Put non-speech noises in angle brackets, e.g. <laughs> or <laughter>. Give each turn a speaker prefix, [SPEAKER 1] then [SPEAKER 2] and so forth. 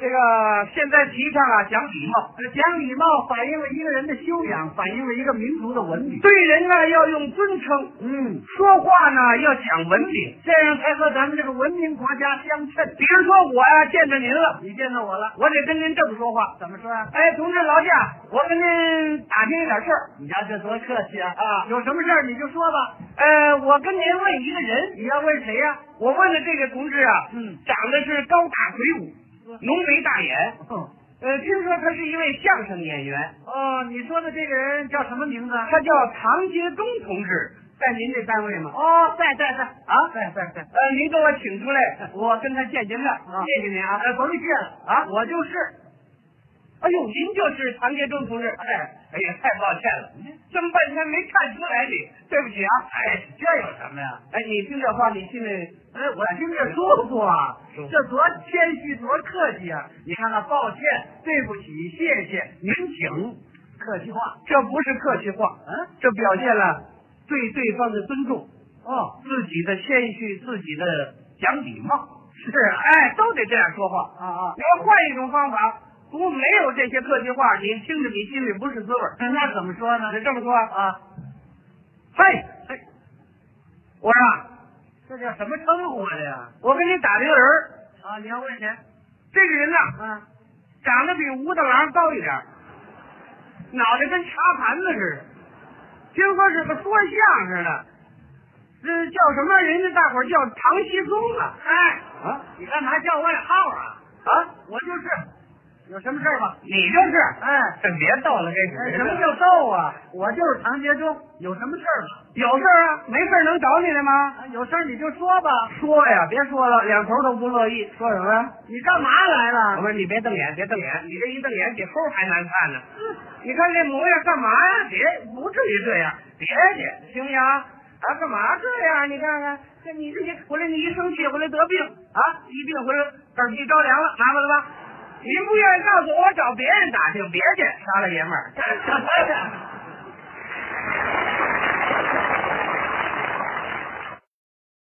[SPEAKER 1] 这个现在提倡啊，讲礼貌，
[SPEAKER 2] 呃讲礼貌反映了一个人的修养，反映了一个民族的文明。
[SPEAKER 1] 对人呢要用尊称，
[SPEAKER 2] 嗯，
[SPEAKER 1] 说话呢要讲文明。
[SPEAKER 2] 这样才和咱们这个文明国家相称。
[SPEAKER 1] 比如说我呀、见着您了，
[SPEAKER 2] 你见到我了，
[SPEAKER 1] 我得跟您这么说话。
[SPEAKER 2] 怎么说啊？
[SPEAKER 1] 哎，同志劳驾，我跟您打听一点事儿。
[SPEAKER 2] 你瞧这多客气啊！
[SPEAKER 1] 啊
[SPEAKER 2] 有什么事儿你就说吧。
[SPEAKER 1] 呃，我跟您问一个人，
[SPEAKER 2] 你要问谁呀、
[SPEAKER 1] 我问的这个同志啊，
[SPEAKER 2] 嗯
[SPEAKER 1] 长得是高大魁梧，浓眉大眼，
[SPEAKER 2] 哼
[SPEAKER 1] 呃，听说他是一位相声演员，
[SPEAKER 2] 哦，你说的这个人叫什么名字？啊
[SPEAKER 1] 他叫唐杰忠同志，在您这单位吗？
[SPEAKER 2] 哦，在在在
[SPEAKER 1] 啊
[SPEAKER 2] 在在在。
[SPEAKER 1] 呃，您给我请出来，我跟他见见面，
[SPEAKER 2] 啊
[SPEAKER 1] 谢谢您啊。
[SPEAKER 2] 呃，甭谢了
[SPEAKER 1] 啊
[SPEAKER 2] 我就是。
[SPEAKER 1] 哎呦，您就是唐杰忠同志，哎，哎呀，太抱歉了，这么半天没看出来你，对不起啊。
[SPEAKER 2] 哎，这有什么呀？
[SPEAKER 1] 哎，你听这话，你心里
[SPEAKER 2] 哎，我听着舒服啊
[SPEAKER 1] 舒服，
[SPEAKER 2] 这多谦虚，多客气啊！你看看，抱歉，对不起，谢谢，您请，客气话。
[SPEAKER 1] 这不是客气话，
[SPEAKER 2] 嗯，
[SPEAKER 1] 这表现了对对方的尊重，
[SPEAKER 2] 哦，
[SPEAKER 1] 自己的谦虚，自己的讲礼貌。
[SPEAKER 2] 是啊，
[SPEAKER 1] 哎，都得这样说话。
[SPEAKER 2] 啊啊
[SPEAKER 1] 你要换一种方法，不没有这些客气话，你听着你心里不是滋味儿。
[SPEAKER 2] 那怎么说呢
[SPEAKER 1] 那？这么说啊，
[SPEAKER 2] 啊，
[SPEAKER 1] 嘿，嘿，我说啊，
[SPEAKER 2] 这叫什么称呼啊？这呀？
[SPEAKER 1] 我跟你打听个人儿，
[SPEAKER 2] 啊，你要问谁？
[SPEAKER 1] 这个人呐、
[SPEAKER 2] 啊，
[SPEAKER 1] 长得比武大郎高一点儿，脑袋跟茶盘子似的，听说是个说相声的，这叫什么？人家大伙儿叫唐熙宗啊！
[SPEAKER 2] 嗨，
[SPEAKER 1] 啊
[SPEAKER 2] 你干嘛叫外号啊？
[SPEAKER 1] 啊，
[SPEAKER 2] 我就是，有什么事儿吧？
[SPEAKER 1] 你就是，
[SPEAKER 2] 哎，
[SPEAKER 1] 这别逗了，这
[SPEAKER 2] 哎
[SPEAKER 1] 是
[SPEAKER 2] 什么叫逗啊？我就是唐杰忠，有什么事儿吗？
[SPEAKER 1] 有事儿啊？没事儿能找你来吗？
[SPEAKER 2] 啊，有事儿你就说吧。
[SPEAKER 1] 说呀，别说了，两头都不乐意。说什么呀？
[SPEAKER 2] 你干嘛来
[SPEAKER 1] 我
[SPEAKER 2] 了？
[SPEAKER 1] 说你别瞪眼，别瞪眼，你这一瞪眼比猴还难看呢。你看这模样干嘛呀？别不至于这样，别介，行不行啊？啊，干嘛这样？你看看，这你这你回来你一生气回来得病啊，一病回来嗝屁着凉了，麻烦了 <laughs> 吧？您不愿意告诉我，找别人打听，别介，杀了爷们儿。